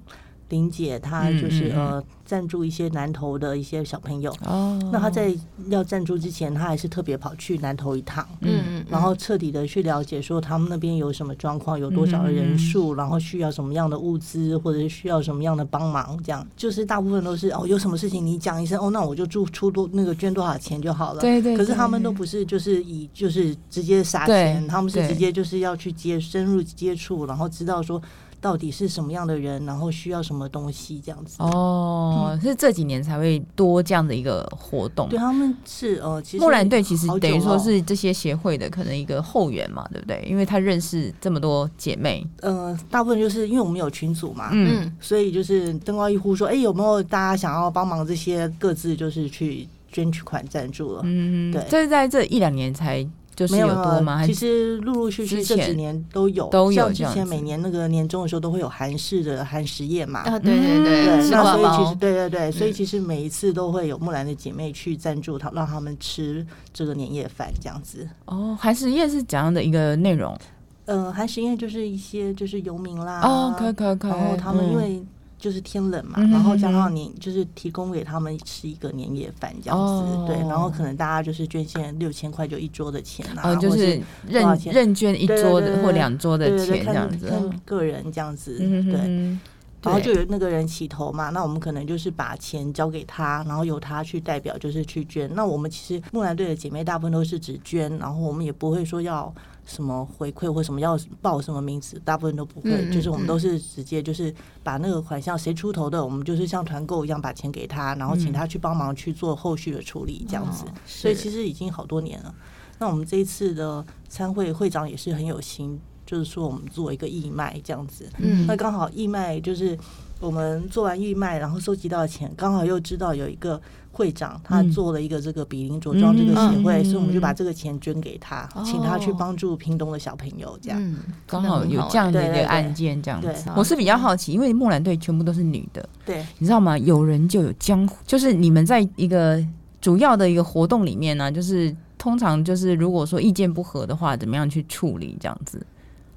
Speaker 3: 林姐，她
Speaker 2: 嗯
Speaker 3: 就是
Speaker 2: 嗯嗯
Speaker 3: 呃赞助一些南投的一些小朋友。
Speaker 2: 哦，
Speaker 3: 那他在要赞助之前，他还是特别跑去南投一趟，
Speaker 1: 嗯，嗯
Speaker 3: 然后彻底的去了解说他们那边有什么状况，有多少
Speaker 2: 嗯
Speaker 3: 人数，然后需要什么样的物资，或者是需要什么样的帮忙，这样就是大部分都是哦，有什么事情你讲一声哦，那我就出出多那个捐多少钱就好了。
Speaker 2: 对对
Speaker 3: 可是他们
Speaker 2: 对
Speaker 3: 都不是就是以就是直接撒
Speaker 2: 对
Speaker 3: 钱，他们是
Speaker 2: 对
Speaker 3: 直接就是要去接深入接触，然后知道说到底是什么样的人，然后需要什么东西这样子。
Speaker 2: 哦，是这几年才会多这样的一个活动
Speaker 3: 嗯对，。他们是呃，其实
Speaker 2: 木兰队其实
Speaker 3: 好久
Speaker 2: 等于说
Speaker 3: 了
Speaker 2: 是这些协会的可能一个后援嘛，对不对？因为他认识这么多姐妹，
Speaker 3: 呃，大部分就是因为我们有群组嘛，
Speaker 2: 嗯
Speaker 1: 嗯，
Speaker 3: 所以就是登高一呼说，哎、有没有大家想要帮忙这些，各自就是去捐取款赞助了。
Speaker 2: 嗯，
Speaker 3: 对
Speaker 2: 这是在这一两年才就是
Speaker 3: 没有
Speaker 2: 多吗？
Speaker 3: 啊，
Speaker 2: 还
Speaker 3: 其
Speaker 2: 是
Speaker 3: 实陆陆续续
Speaker 2: 之
Speaker 3: 这
Speaker 2: 前
Speaker 3: 几年都有，
Speaker 2: 都有
Speaker 3: 像
Speaker 2: 这
Speaker 3: 之
Speaker 2: 样
Speaker 3: 前
Speaker 2: 子
Speaker 3: 每年那个年终的时候都会有韩式的韩食夜嘛，
Speaker 1: 啊，对对对，
Speaker 3: 嗯对，
Speaker 1: 吃
Speaker 3: 那
Speaker 1: 瓜
Speaker 3: 所以其实
Speaker 2: 哦
Speaker 1: 包，
Speaker 3: 对对对，所以其实每一次都会有木兰的姐妹去赞助她，让他们吃这个年夜饭这样子。
Speaker 2: 哦，韩食宴是怎样的一个内容？
Speaker 3: 呃，韩食宴就是一些就是游民啦，
Speaker 2: 哦，可以可以可以。
Speaker 3: 然后啊他们
Speaker 2: 嗯
Speaker 3: 因为就是天冷嘛，
Speaker 2: 嗯哼
Speaker 3: 然后加
Speaker 2: 嗯
Speaker 3: 上
Speaker 2: 哼
Speaker 3: 你就是提供给他们吃一个年夜饭这样子，
Speaker 2: 哦
Speaker 3: 对，然后可能大家就是捐献六千块就一桌的钱啊，
Speaker 2: 哦，就
Speaker 3: 或
Speaker 2: 是
Speaker 3: 多少
Speaker 2: 认
Speaker 3: 钱
Speaker 2: 认捐一
Speaker 3: 对对
Speaker 2: 桌
Speaker 3: 对
Speaker 2: 的
Speaker 3: 对
Speaker 2: 或两桌
Speaker 3: 对
Speaker 2: 的
Speaker 3: 对对，
Speaker 2: 钱这样
Speaker 3: 看
Speaker 2: 子。嗯
Speaker 3: 看个人这样子，
Speaker 2: 嗯哼
Speaker 3: 对。
Speaker 2: 哼，
Speaker 3: 然后就
Speaker 2: 对
Speaker 3: 有那个人起头嘛，那我们可能就是把钱交给他，然后由他去代表就是去捐。那我们其实木兰队的姐妹大部分都是只捐，然后我们也不会说要什么回馈或什么要报什么名字，大部分都不会，
Speaker 1: 嗯嗯
Speaker 3: 就是我们都是直接就是把那个款项谁出头的，我们就是像团购一样把钱给他，然后请他去帮忙去做后续的处理这样子。
Speaker 1: 嗯哦
Speaker 3: 所以其
Speaker 1: 是
Speaker 3: 实已经好多年了。那我们这一次的参会会长也是很有心，就是说我们做一个义卖这样子。
Speaker 1: 嗯
Speaker 3: 那刚好义卖就是我们做完义卖，然后收集到钱，刚好又知道有一个会长他
Speaker 2: 嗯
Speaker 3: 做了一个这个比邻着装这个协会，
Speaker 2: 嗯
Speaker 3: 所以我们就把这个钱捐给他，
Speaker 1: 哦
Speaker 3: 请他去帮助屏东的小朋友这样。
Speaker 1: 嗯，
Speaker 2: 刚好有这样的一
Speaker 3: 对对
Speaker 2: 个
Speaker 3: 对
Speaker 2: 案件，这样子啊
Speaker 3: 对
Speaker 1: 对，
Speaker 2: 我是比较好奇，因为木兰队全部都是女的，
Speaker 3: 对，
Speaker 2: 你知道吗？有人就有江湖，就是你们在一个主要的一个活动里面呢、就是通常就是如果说意见不合的话，怎么样去处理这样子，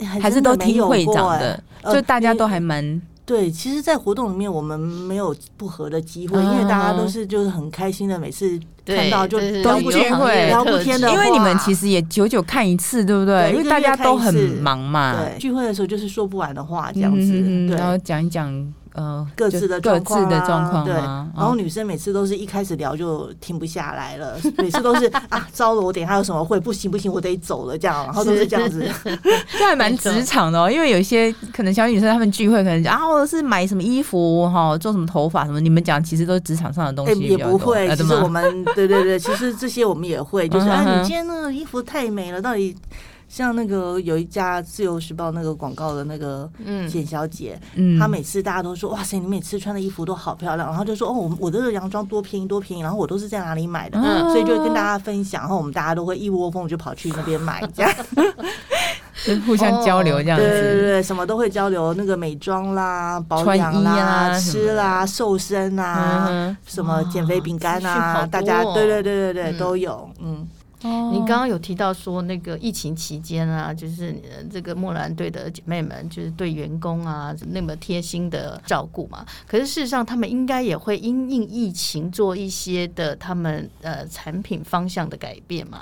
Speaker 2: 还是
Speaker 3: 哎真
Speaker 2: 都
Speaker 3: 的没
Speaker 2: 听
Speaker 3: 有
Speaker 2: 会
Speaker 3: 过
Speaker 2: 长
Speaker 3: 哎
Speaker 2: 的，
Speaker 3: 呃
Speaker 2: 就大家都还蛮
Speaker 3: 对，其实，在活动里面我们没有不合的机会，
Speaker 2: 啊
Speaker 3: 因为大家都是就是很开心的，每次
Speaker 1: 对
Speaker 3: 看到就
Speaker 1: 这是
Speaker 2: 都
Speaker 3: 聊不
Speaker 2: 聚
Speaker 3: 天
Speaker 1: 有行业
Speaker 2: 会
Speaker 1: 的
Speaker 3: 聊不
Speaker 1: 特
Speaker 3: 天
Speaker 1: 质
Speaker 3: 的
Speaker 2: 因为你们
Speaker 3: 话
Speaker 2: 其实也久久看一次，对不对？
Speaker 3: 对
Speaker 2: 因
Speaker 3: 一
Speaker 2: 为
Speaker 3: 个
Speaker 2: 大家
Speaker 3: 月看
Speaker 2: 都
Speaker 3: 一
Speaker 2: 很
Speaker 3: 次
Speaker 2: 忙嘛，嗯
Speaker 3: 对聚会的时候就是说不完的话
Speaker 2: 这
Speaker 3: 这样子，对。
Speaker 2: 然后讲一讲呃
Speaker 3: 各
Speaker 2: 就
Speaker 3: 自的
Speaker 2: 各
Speaker 3: 状况
Speaker 2: 自的
Speaker 3: 啊
Speaker 2: 状况
Speaker 3: 对，
Speaker 2: 啊，
Speaker 3: 然后
Speaker 2: 哦
Speaker 3: 女生每次都是一开始聊就停不下来了，每次都是啊，糟了，我等一下有什么会，不行不行，我得走了这样，然后都是这样子，
Speaker 2: 这还蛮职场的哦，因为有一些可能小女生她们聚会，可能讲啊，我是买什么衣服哈，做什么头发什么，你们讲其实都是职场上的 (laughs) 东
Speaker 3: 哎、
Speaker 2: 西比
Speaker 3: 也
Speaker 2: 较多，
Speaker 3: 不会。
Speaker 2: 啊
Speaker 3: 其
Speaker 2: 真
Speaker 3: 实
Speaker 2: 的吗
Speaker 3: 我
Speaker 2: (laughs)
Speaker 3: 们对对对，其实这些我们也会，就是
Speaker 2: 嗯哼
Speaker 3: 啊，
Speaker 2: 哼
Speaker 3: 你今天那个衣服太美了，到底像那个有一家《自由时报》那个广告的那个
Speaker 1: 嗯
Speaker 3: 简小姐，
Speaker 2: 嗯
Speaker 3: 她每次大家都说哇塞，你每次穿的衣服都好漂亮，然后就说哦，我我这个洋装多便宜多便宜，然后我都是在哪里买的，
Speaker 2: 啊
Speaker 3: 所以就会跟大家分享，然后我们大家都会一窝蜂就跑去那边买，这样
Speaker 2: 就是互相交流这样
Speaker 3: 对对对
Speaker 2: 子，
Speaker 3: 对，什么都会交流，那个美妆啦、保
Speaker 2: 穿
Speaker 3: 养
Speaker 2: 衣
Speaker 3: 啦、
Speaker 2: 啊什么
Speaker 3: 吃
Speaker 2: 的
Speaker 3: 啦、瘦身啦。
Speaker 2: 嗯
Speaker 3: 什么减肥饼干
Speaker 1: 哇资
Speaker 3: 啊，
Speaker 1: 讯好多哦
Speaker 3: 大家对对对对对、
Speaker 1: 嗯
Speaker 3: 都有，嗯，
Speaker 2: 哼，
Speaker 1: 你
Speaker 2: 哦
Speaker 1: 刚刚有提到说那个疫情期间啊，就是呃这个莫兰队的姐妹们，就是对员工啊那么贴心的照顾嘛。可是事实上，他们应该也会因应疫情做一些的他们呃产品方向的改变嘛。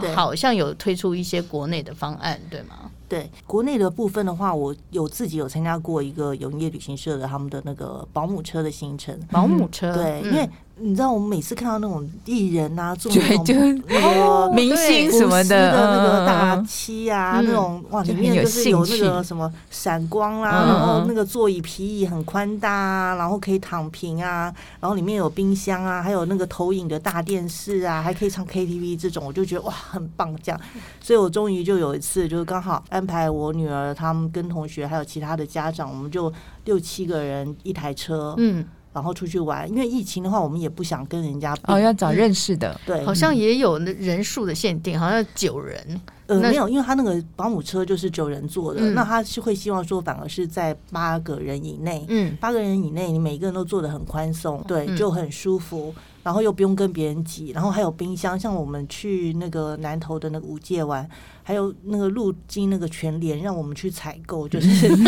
Speaker 3: 对嗯
Speaker 1: 好像有推出一些国内的方案，对吗？
Speaker 3: 对，国内的部分的话，我有自己有参加过一个永业旅行社的他们的那个保姆车的行程，
Speaker 1: 保姆车，
Speaker 3: 对，
Speaker 1: 嗯
Speaker 3: 因为你知道我们每次看到那种艺人啊，做
Speaker 2: 就
Speaker 3: 那
Speaker 2: 就
Speaker 3: 种那
Speaker 1: 哦
Speaker 3: 个。
Speaker 2: 明星什么
Speaker 3: 公司的那
Speaker 2: 嗯
Speaker 3: 个大
Speaker 2: 嗯
Speaker 3: 漆啊，
Speaker 1: 嗯
Speaker 3: 那种哇，
Speaker 2: 就
Speaker 3: 里
Speaker 2: 很
Speaker 3: 面
Speaker 2: 有
Speaker 3: 就是有
Speaker 2: 兴
Speaker 3: 那
Speaker 2: 趣
Speaker 3: 个什么闪光啊，
Speaker 2: 嗯
Speaker 3: 然后
Speaker 2: 嗯
Speaker 3: 那个座椅皮椅很宽大啊，然后可以躺平啊，然后里面有冰箱啊，还有那个投影的大电视啊，还可以唱 KTV 这种，我就觉得哇，很棒这样。所以我终于就有一次，就是刚好安排我女儿他们跟同学还有其他的家长，我们就六七个人一台车，
Speaker 1: 嗯，
Speaker 3: 然后出去玩。因为疫情的话，我们也不想跟人家比
Speaker 2: 哦要找认识的，
Speaker 3: 对，
Speaker 1: 好像也有那人数的限定，好像九人，
Speaker 3: 呃
Speaker 1: 那
Speaker 3: 没有，因为他那个保姆车就是九人座的，
Speaker 1: 嗯
Speaker 3: 那他是会希望说反而是在八个人以内。
Speaker 1: 嗯，
Speaker 3: 八个人以内，你每个人都坐得很宽松，对，
Speaker 1: 嗯
Speaker 3: 就很舒服，然后又不用跟别人挤，然后还有冰箱，像我们去那个南投的那个五界玩，还有那个路经那个全联，让我们去采购，就是
Speaker 1: (laughs)
Speaker 3: (laughs) 因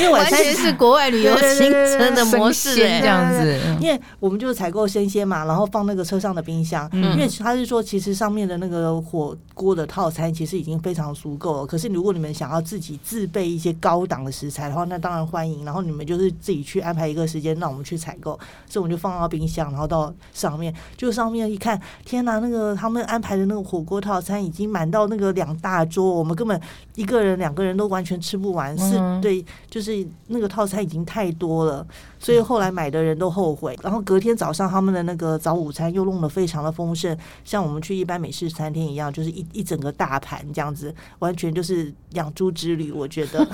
Speaker 3: 为晚
Speaker 1: 完
Speaker 3: 餐
Speaker 1: 全是国外旅游行程的模式、
Speaker 2: 生鲜
Speaker 1: 哎
Speaker 2: 这样子，嗯
Speaker 3: 因为我们就采购生鲜嘛，然后放那个车上的冰箱，
Speaker 2: 嗯
Speaker 3: 因为他是说，其实上面的那个火锅的套餐其实已经非常足够了。可是如果你们想要自己自备一些高档的食材的话，那当然欢迎。然后你们就是自己去安排一个时间，让我们去采购，所以我们就放到冰箱，然后到上面，就上面一看，天哪，那个他们安排的那个火锅套餐已经满到那个两大桌，我们根本一个人、两个人都完全吃不完，是
Speaker 2: 嗯
Speaker 3: 对，就是那个套餐已经太多了。所以后来买的人都后悔。然后隔天早上他们的那个早午餐又弄得非常的丰盛，像我们去一般美式餐厅一样，就是一 (laughs) 一整个大盘这样子，完全就是养猪之旅。我觉得，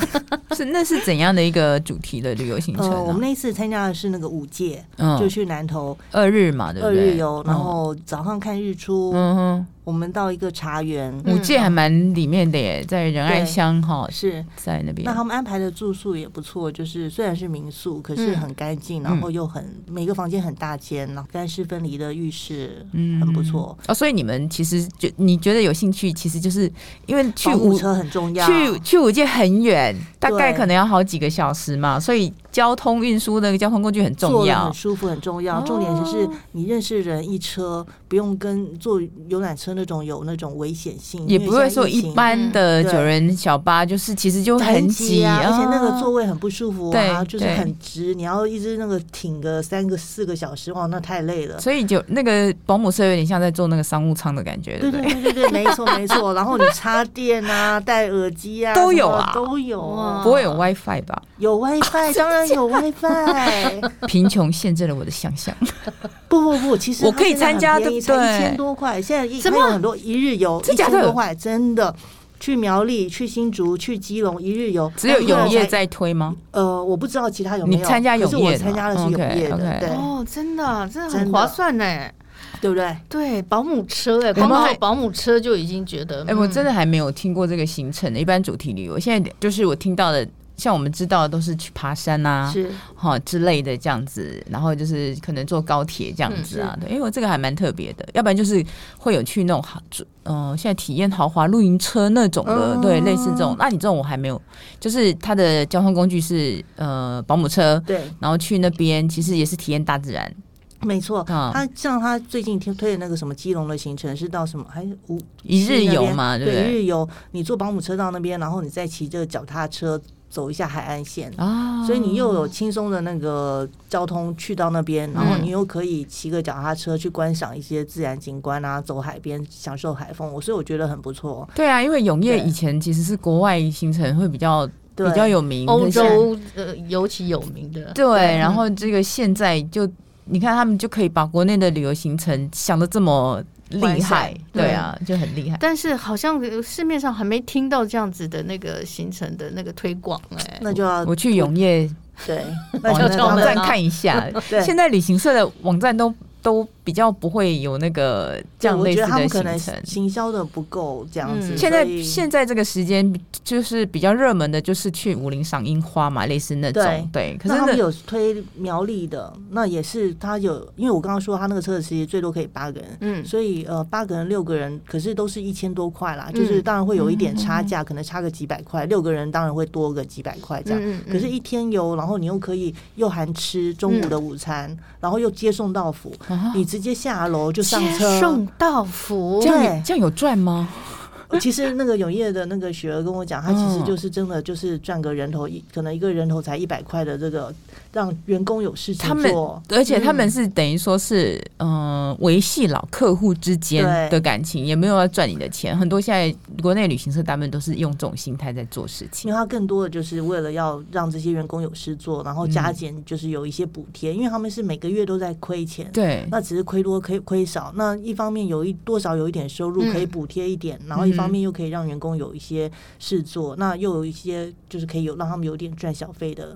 Speaker 2: 是那是怎样的一个主题的旅游行程
Speaker 3: 呃， (laughs) 我们
Speaker 2: 呢？
Speaker 3: 那一次参加的是那个五届，就
Speaker 2: 嗯，
Speaker 3: 去南投
Speaker 2: 二日嘛，对不
Speaker 3: 二
Speaker 2: 对？
Speaker 3: 日游，然
Speaker 2: 嗯
Speaker 3: 后早上看日出，
Speaker 2: 嗯哼。
Speaker 3: 我们到一个茶园。
Speaker 1: 嗯
Speaker 2: 五界还蛮里面的耶，在仁爱乡哈，
Speaker 3: 是，
Speaker 2: 在那边。
Speaker 3: 那他们安排的住宿也不错，就是虽然是民宿，可
Speaker 1: 嗯
Speaker 3: 是很干净，然后又很每个房间很大间，然后干湿分离的浴室，
Speaker 2: 嗯
Speaker 3: 很不错。
Speaker 2: 哦，所以你们其实就你觉得有兴趣，其实就是因为去
Speaker 3: 保
Speaker 2: 五
Speaker 3: 姆车很重要，
Speaker 2: 去去五界很远，大概
Speaker 3: 对
Speaker 2: 可能要好几个小时嘛，所以交通运输的交通工具很重
Speaker 3: 坐得
Speaker 2: 要哦
Speaker 3: 很。舒服很重要。重点就是你认识人一车，不用跟坐游览车那种有那种危险性，
Speaker 2: 也
Speaker 3: 因为
Speaker 2: 不会
Speaker 3: 现在
Speaker 2: 说
Speaker 3: 疫
Speaker 2: 一
Speaker 3: 情
Speaker 2: 般的
Speaker 3: 嗯对
Speaker 2: 九人小巴，就是其实就
Speaker 3: 很
Speaker 2: 挤
Speaker 3: 啊，而且那个
Speaker 2: 啊
Speaker 3: 座位很不舒服啊，
Speaker 2: 对
Speaker 3: 就是很直，你要一直那个挺个三个四个小时，哇，那太累了。
Speaker 2: 所以就那个保姆车有点像在坐那个商务舱的感觉，对
Speaker 3: 对
Speaker 2: 不
Speaker 3: 对
Speaker 2: 对？
Speaker 3: 对对对，没错没
Speaker 2: (laughs)
Speaker 3: 错。然后你插电啊，戴耳机啊，
Speaker 2: 都
Speaker 3: 什么
Speaker 2: 有啊
Speaker 3: 都有啊，
Speaker 1: 哇
Speaker 2: 不会有 WiFi 吧？ (laughs)
Speaker 3: 有 WiFi，当然有 WiFi。
Speaker 2: 贫穷限制了我的想象。
Speaker 3: 不不不，其实
Speaker 2: 我
Speaker 3: 它
Speaker 2: 可以
Speaker 3: 现在
Speaker 2: 参加
Speaker 3: 很便宜
Speaker 2: 对不
Speaker 3: 才
Speaker 2: 对
Speaker 3: 一千多块，现在一
Speaker 1: 这
Speaker 3: 还
Speaker 1: 么
Speaker 3: 有很多一日游，
Speaker 2: 真
Speaker 3: 一
Speaker 2: 假
Speaker 3: 千
Speaker 2: 的
Speaker 3: 多块，真的。去苗栗、去新竹、去基隆，一日游 (laughs)
Speaker 2: 只有
Speaker 3: 那
Speaker 2: 永
Speaker 3: 个
Speaker 2: 夜
Speaker 3: 啊才
Speaker 2: 在推吗？
Speaker 3: 呃，我不知道其他有没有。
Speaker 2: 你参加
Speaker 3: 可是
Speaker 2: 永夜
Speaker 3: 我
Speaker 2: 的
Speaker 3: 参加的是永夜的
Speaker 2: OK，OK
Speaker 3: 对
Speaker 1: 哦，真的，真的
Speaker 3: 真
Speaker 1: 很
Speaker 3: 的
Speaker 1: 划算欸呢。
Speaker 3: 对不
Speaker 2: 啊
Speaker 3: 对？
Speaker 1: 对，保姆车哎，
Speaker 2: 我
Speaker 1: 光
Speaker 2: 们
Speaker 1: 靠
Speaker 2: 还
Speaker 1: 保姆车就已经觉得，嗯
Speaker 2: 哎、我真
Speaker 1: 的
Speaker 2: 的
Speaker 3: 嗯
Speaker 2: 还没有听过这个行程的。一般主题旅游，现在就是我听到的，像我们知道的都是去爬山啊，
Speaker 1: 是
Speaker 2: 哈之类的这样子，然后就是可能坐高铁这样子
Speaker 3: 嗯
Speaker 2: 啊。对，因为我这个还蛮特别的，要不然就是会有去那种豪，嗯、现在体验豪华露营车那种的，
Speaker 3: 哦
Speaker 2: 对，类似这种。啊那你这种我还没有，就是它的交通工具是呃保姆车，
Speaker 3: 对，
Speaker 2: 然后去那边其实也是体验大自然。
Speaker 3: 没错。
Speaker 2: 嗯
Speaker 3: 他像他最近推推的那个什么基隆的行程是到什么？还是五
Speaker 2: 一日游嘛
Speaker 3: 对
Speaker 2: 对不对
Speaker 3: 一日游，你坐保姆车到那边，然后你再骑这个脚踏车走一下海岸线。
Speaker 2: 啊
Speaker 3: 所以你又有轻松的那个交通去到那
Speaker 2: 嗯
Speaker 3: 边，然后你又可以骑个脚踏车去观赏一些自然景观啊，走海边享受海风，我所以我觉得很不错。
Speaker 2: 对啊，因为永夜
Speaker 3: 对
Speaker 2: 以前其实是国外行程会比较
Speaker 3: 对
Speaker 2: 比较有名，
Speaker 1: 欧
Speaker 2: 可是现在
Speaker 1: 洲呃尤其有名的，
Speaker 3: 嗯
Speaker 1: 嗯
Speaker 2: 对，然后这个现在就你看他们就可以把国内的旅游行程想的这么厉
Speaker 1: 完
Speaker 2: 害
Speaker 1: 善，
Speaker 2: 对啊，
Speaker 3: 嗯
Speaker 2: 就很厉害。
Speaker 1: 但是好像呃市面上还没听到这样子的那个行程的那个推广哎、
Speaker 3: 那就要
Speaker 2: 我哦去永夜
Speaker 3: 对，呃
Speaker 2: (laughs)
Speaker 3: 那
Speaker 2: 网
Speaker 3: 就
Speaker 1: 敲
Speaker 3: 当
Speaker 2: 网
Speaker 1: 门
Speaker 2: 站
Speaker 1: 啊
Speaker 2: 看一下，
Speaker 3: (laughs) 对
Speaker 2: 现在旅行社的网站都都比较不会有那个这
Speaker 3: 对
Speaker 2: 样
Speaker 3: 我
Speaker 2: 类
Speaker 3: 觉
Speaker 2: 似
Speaker 3: 得他
Speaker 2: 的
Speaker 3: 们可
Speaker 2: 行
Speaker 3: 能
Speaker 2: 程。
Speaker 3: 行销的不够这样子。
Speaker 1: 嗯
Speaker 2: 现在
Speaker 3: 所以
Speaker 2: 现在这个时间就是比较热门的，就是去武陵赏樱花嘛，类似那种对。可
Speaker 3: 那
Speaker 2: 是
Speaker 3: 他
Speaker 2: 呢
Speaker 3: 们有推苗栗的，那也是他有，因为我刚刚说他那个车子其实最多可以八个人，
Speaker 1: 嗯，
Speaker 3: 所以呃八个人六个人，可是都是一千多块啦，就是
Speaker 1: 嗯
Speaker 3: 当然会有一点差价，可能差个几百块，六个人当然会多个几百块这样。
Speaker 1: 嗯嗯嗯
Speaker 3: 可是，一天游，然后你又可以又含吃中午的午餐，
Speaker 1: 嗯
Speaker 3: 然后又接送到府，
Speaker 2: 啊
Speaker 3: 你直接下楼就上
Speaker 1: 哦接
Speaker 3: 车
Speaker 1: 送。到府
Speaker 2: 这，样有
Speaker 3: 对
Speaker 2: 这样有赚吗？
Speaker 3: 其实那个永业的那个雪儿跟我讲，他
Speaker 1: 哦
Speaker 3: 其
Speaker 2: 嗯
Speaker 3: 实就是真的就是赚个人头一，可能一个人头才一百块的这个，让员工有事
Speaker 2: 他
Speaker 3: 情
Speaker 2: 们
Speaker 3: 做。
Speaker 2: 而且他
Speaker 3: 嗯
Speaker 2: 们是等于说是，嗯、维系老客户之间
Speaker 3: 对
Speaker 2: 的感情，也没有要赚你的钱。很多现在国内旅行社他们都是用这种心态在做事
Speaker 3: 因
Speaker 2: 情。
Speaker 3: 为他更多的就是为了要让这些员工有事做，然后
Speaker 2: 嗯
Speaker 3: 加减就是有一些补贴，因为他们是每个月都在亏钱，
Speaker 2: 对，
Speaker 3: 那只是亏多亏亏少。那一方面有一多少有一点收入
Speaker 1: 嗯
Speaker 3: 可以补贴一点，然后一方面又可以让员工有一些事做，那又有一些就是可以有让他们有点赚小费的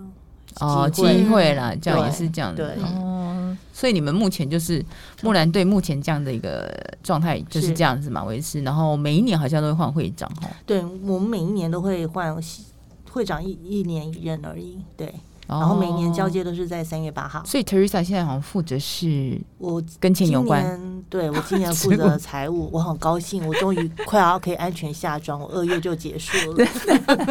Speaker 2: 哦，机
Speaker 3: 机会。
Speaker 2: 会啦，这样
Speaker 3: 对
Speaker 2: 也是这样的。
Speaker 3: 对
Speaker 2: 哦，所以你们目前就是木兰队目前这样的一个状态就是
Speaker 3: 是
Speaker 2: 这样子嘛，维持。然后每一年好像都会换会长哦。
Speaker 3: 对我们每一年都会换系会长一一年一任而已，对，然后每年交
Speaker 2: 哦。
Speaker 3: 接都是在三月八号。
Speaker 2: 所以 Teresa 现在好像负责是
Speaker 3: 我
Speaker 2: 跟钱
Speaker 3: 今
Speaker 2: 有关。
Speaker 3: 年对
Speaker 2: (laughs)
Speaker 3: 我今年负
Speaker 2: 结果
Speaker 3: 责财务，我很高兴，我
Speaker 2: (laughs)
Speaker 3: 终于快要可以安全下庄，我二月就结束了。 (laughs)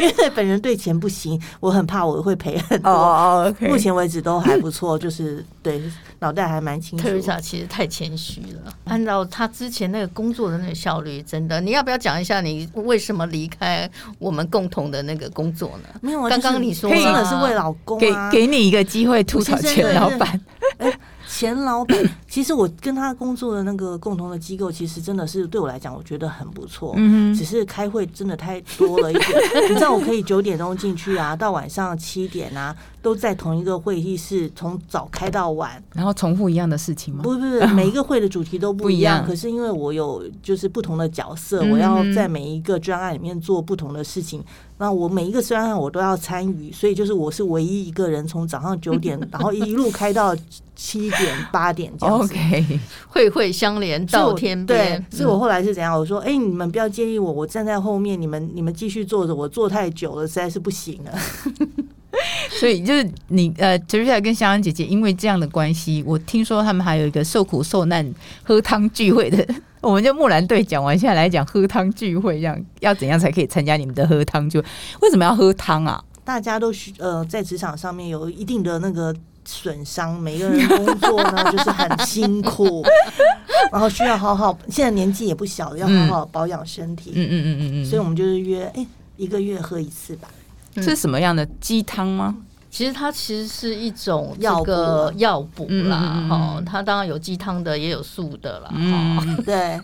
Speaker 3: 因为本人对钱不行，我很怕我会赔很多。
Speaker 2: 哦，OK
Speaker 3: 目前为止都还不错，就是对脑袋还蛮清楚
Speaker 1: 特。瑞莎其实太谦虚了。按照他之前那个工作的那个效率，真的，你要不要讲一下你为什么离开我们共同的那个工作呢？
Speaker 3: 没有啊，
Speaker 1: 刚刚
Speaker 3: 就是
Speaker 1: 你说
Speaker 3: 我真
Speaker 1: 了
Speaker 3: 的是为老公
Speaker 2: 给
Speaker 3: 啊，
Speaker 2: 给你一个机会吐槽
Speaker 3: 我先
Speaker 2: 前
Speaker 3: 生
Speaker 2: 老板，
Speaker 3: 前老板。 (coughs) 其实我跟他工作的那个共同的机构，其实真的是对我来讲，我觉得很不错。
Speaker 2: 嗯
Speaker 3: 只
Speaker 2: 哼，
Speaker 3: 是开会真的太多了一
Speaker 2: (laughs)
Speaker 3: 点，你知道我可以九点钟进去啊，到晚上七点啊，都在同一个会议室，从早开到晚。
Speaker 2: 然后重复一样的事情吗？
Speaker 3: 不不不，每一个会的主题都不一
Speaker 2: 嗯
Speaker 3: 样。
Speaker 2: 不一样
Speaker 3: 可是因为我有就是不同的角色，
Speaker 2: 嗯
Speaker 3: 我要在每一个专案里面做不同的事情。那我每一个专案我都要参与，所以就是我是唯一一个人从早上九点，然后一路开到七点八点
Speaker 2: (laughs)
Speaker 3: 这样子。
Speaker 2: OK，
Speaker 1: 会会相连
Speaker 3: 所以我
Speaker 1: 到天边，嗯
Speaker 3: 对，所以我后来是怎样？我说，哎、你们不要介意我，我站在后面，你们你们继续坐着，我坐太久了，实在是不行了。 (laughs)
Speaker 2: 所以就是你呃，Teresa 跟香香姐姐因为这样的关系，我听说他们还有一个受苦受难喝汤聚会的。 (laughs) 我们就木兰队讲完，现在来讲喝汤聚会，这样要怎样才可以参加你们的喝汤聚会？为什么要喝汤啊？
Speaker 3: 大家都需呃，在职场上面有一定的那个损伤，每个人工作
Speaker 1: (laughs)
Speaker 3: 呢就是很辛苦，然后需要好好，现在年纪也不小了，要好好保养身体，
Speaker 2: 嗯嗯嗯嗯嗯，嗯
Speaker 3: 所以我们就是约，哎、一个月喝一次吧。
Speaker 2: 这是什么样的鸡汤 (laughs) 吗？
Speaker 1: 其实它其实是一种这
Speaker 3: 药
Speaker 1: 个
Speaker 3: 补
Speaker 1: 药补啦
Speaker 2: 嗯嗯嗯，嗯
Speaker 1: 哈、它当然有鸡汤的，也有素的啦，哈、
Speaker 2: 嗯，
Speaker 3: 对，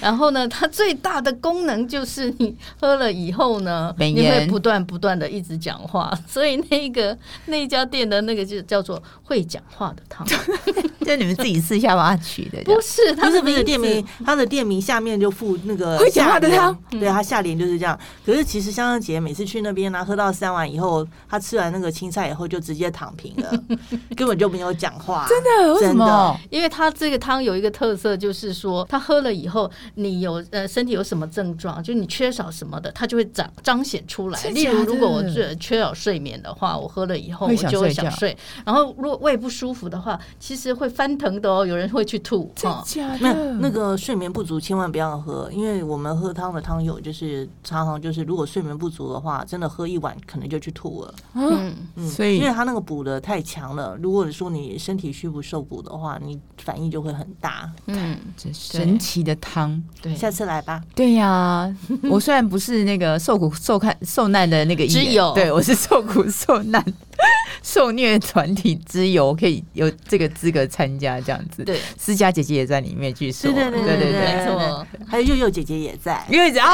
Speaker 1: 然后呢，它最大的功能就是你喝了以后呢，
Speaker 2: 美
Speaker 1: 你会
Speaker 2: 颜
Speaker 1: 不断不断的一直讲话，所以那个那一家店的那个就叫做会讲话的汤，
Speaker 2: 就你们自己私下帮他取的这
Speaker 1: 不
Speaker 2: 样，
Speaker 1: 是，它
Speaker 3: (laughs) 不
Speaker 1: 的
Speaker 3: 是不是
Speaker 1: 名
Speaker 3: 店
Speaker 1: 字
Speaker 3: 名，它的店名下面就附那个
Speaker 2: 会讲话的嗯
Speaker 3: 下联
Speaker 2: 汤，
Speaker 3: 对，它下联就是这样。可是其实香香姐每次去那边呢、啊喝到三碗以后，她吃完那个青菜以后就直接躺平
Speaker 2: (laughs)
Speaker 3: 了，根本就没有讲话。真
Speaker 2: 真的？哦为什
Speaker 3: 真的
Speaker 2: 么？
Speaker 1: 因为它这个汤有一个特色，就是说它喝了以后，你有呃身体有什么症状，就你缺少什么的，它就会彰彰显出来。
Speaker 2: 真
Speaker 1: 例
Speaker 2: 假的
Speaker 1: 如，如果我缺缺少睡眠的话，我喝了以后
Speaker 2: 会
Speaker 1: 我
Speaker 2: 想
Speaker 1: 就会
Speaker 2: 睡觉
Speaker 1: 想睡。然后如果胃不舒服的话，其实会翻腾的哦，有人会去吐
Speaker 2: 真
Speaker 1: 哦。
Speaker 2: 假
Speaker 3: 那
Speaker 2: 的？
Speaker 3: 那个睡眠不足千万不要喝，因为我们喝汤的汤友就是常常就是，如果睡眠不足的话，真的喝一碗可能就去吐了。
Speaker 1: 嗯，
Speaker 3: 嗯，
Speaker 2: 啊所以
Speaker 3: 因为它那个补的太强了，如果说你身体虚不受补的话，你反应就会很大。
Speaker 1: 嗯，
Speaker 2: 这神奇的汤。
Speaker 1: 对。
Speaker 3: 下次来吧，
Speaker 2: 对呀、
Speaker 1: (laughs)
Speaker 2: 我虽然不是那个受苦受看受难的那个艺人
Speaker 1: 之友
Speaker 2: 对我是受苦受难 (laughs) 受虐团体之友，可以有这个资格参加这样子。
Speaker 1: 对，
Speaker 2: 思佳姐姐也在里面，据说
Speaker 3: 对对对
Speaker 2: 对
Speaker 3: 对
Speaker 2: 对
Speaker 1: 没错，
Speaker 3: 还有佑佑姐姐也在。
Speaker 2: 因
Speaker 1: (laughs)
Speaker 2: 为啊，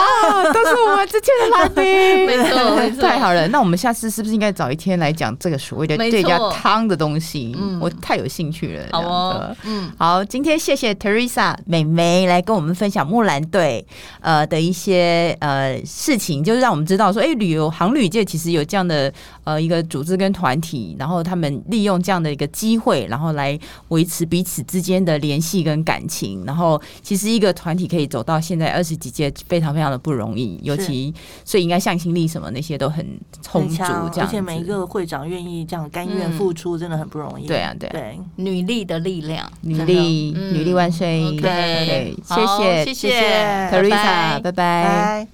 Speaker 2: 都是我们之间的拉丁，
Speaker 1: 没错没错
Speaker 2: (laughs) 太好了。那我们下次是不是应该找一天来讲这个所谓的
Speaker 1: 没错
Speaker 2: 这家汤的东西？
Speaker 1: 嗯
Speaker 2: 我太有兴趣了。
Speaker 1: 好
Speaker 2: 这样
Speaker 1: 哦
Speaker 2: 子，
Speaker 1: 嗯，
Speaker 2: 好，今天谢谢 Teresa 美眉来跟我们分享木兰队呃的一些呃事情，就是让我们知道说，哎、旅游航旅界其实有这样的呃一个组织跟团体，然后他们利用这样的一个机会，然后来维持彼此之间的联系跟感情。然后其实一个团体可以走到现在二十几届，非常非常的不容易，尤其所以应该向心力什么那些都很充
Speaker 3: 很
Speaker 2: 足，
Speaker 3: 强，
Speaker 2: 这
Speaker 3: 而
Speaker 2: 样
Speaker 3: 且
Speaker 2: 子。
Speaker 3: 每一个会长愿意这样甘愿
Speaker 1: 嗯
Speaker 3: 付出，真的很不容易。
Speaker 2: 对啊，对啊，
Speaker 3: 对，
Speaker 1: 女力的力量。
Speaker 2: 女
Speaker 3: 真的
Speaker 2: 力，
Speaker 1: 嗯
Speaker 2: 女力万岁
Speaker 1: OK，
Speaker 2: 对
Speaker 1: 好谢
Speaker 2: 谢
Speaker 1: 谢
Speaker 3: 谢谢
Speaker 1: 拜拜
Speaker 2: Teresa，拜拜。
Speaker 3: 拜。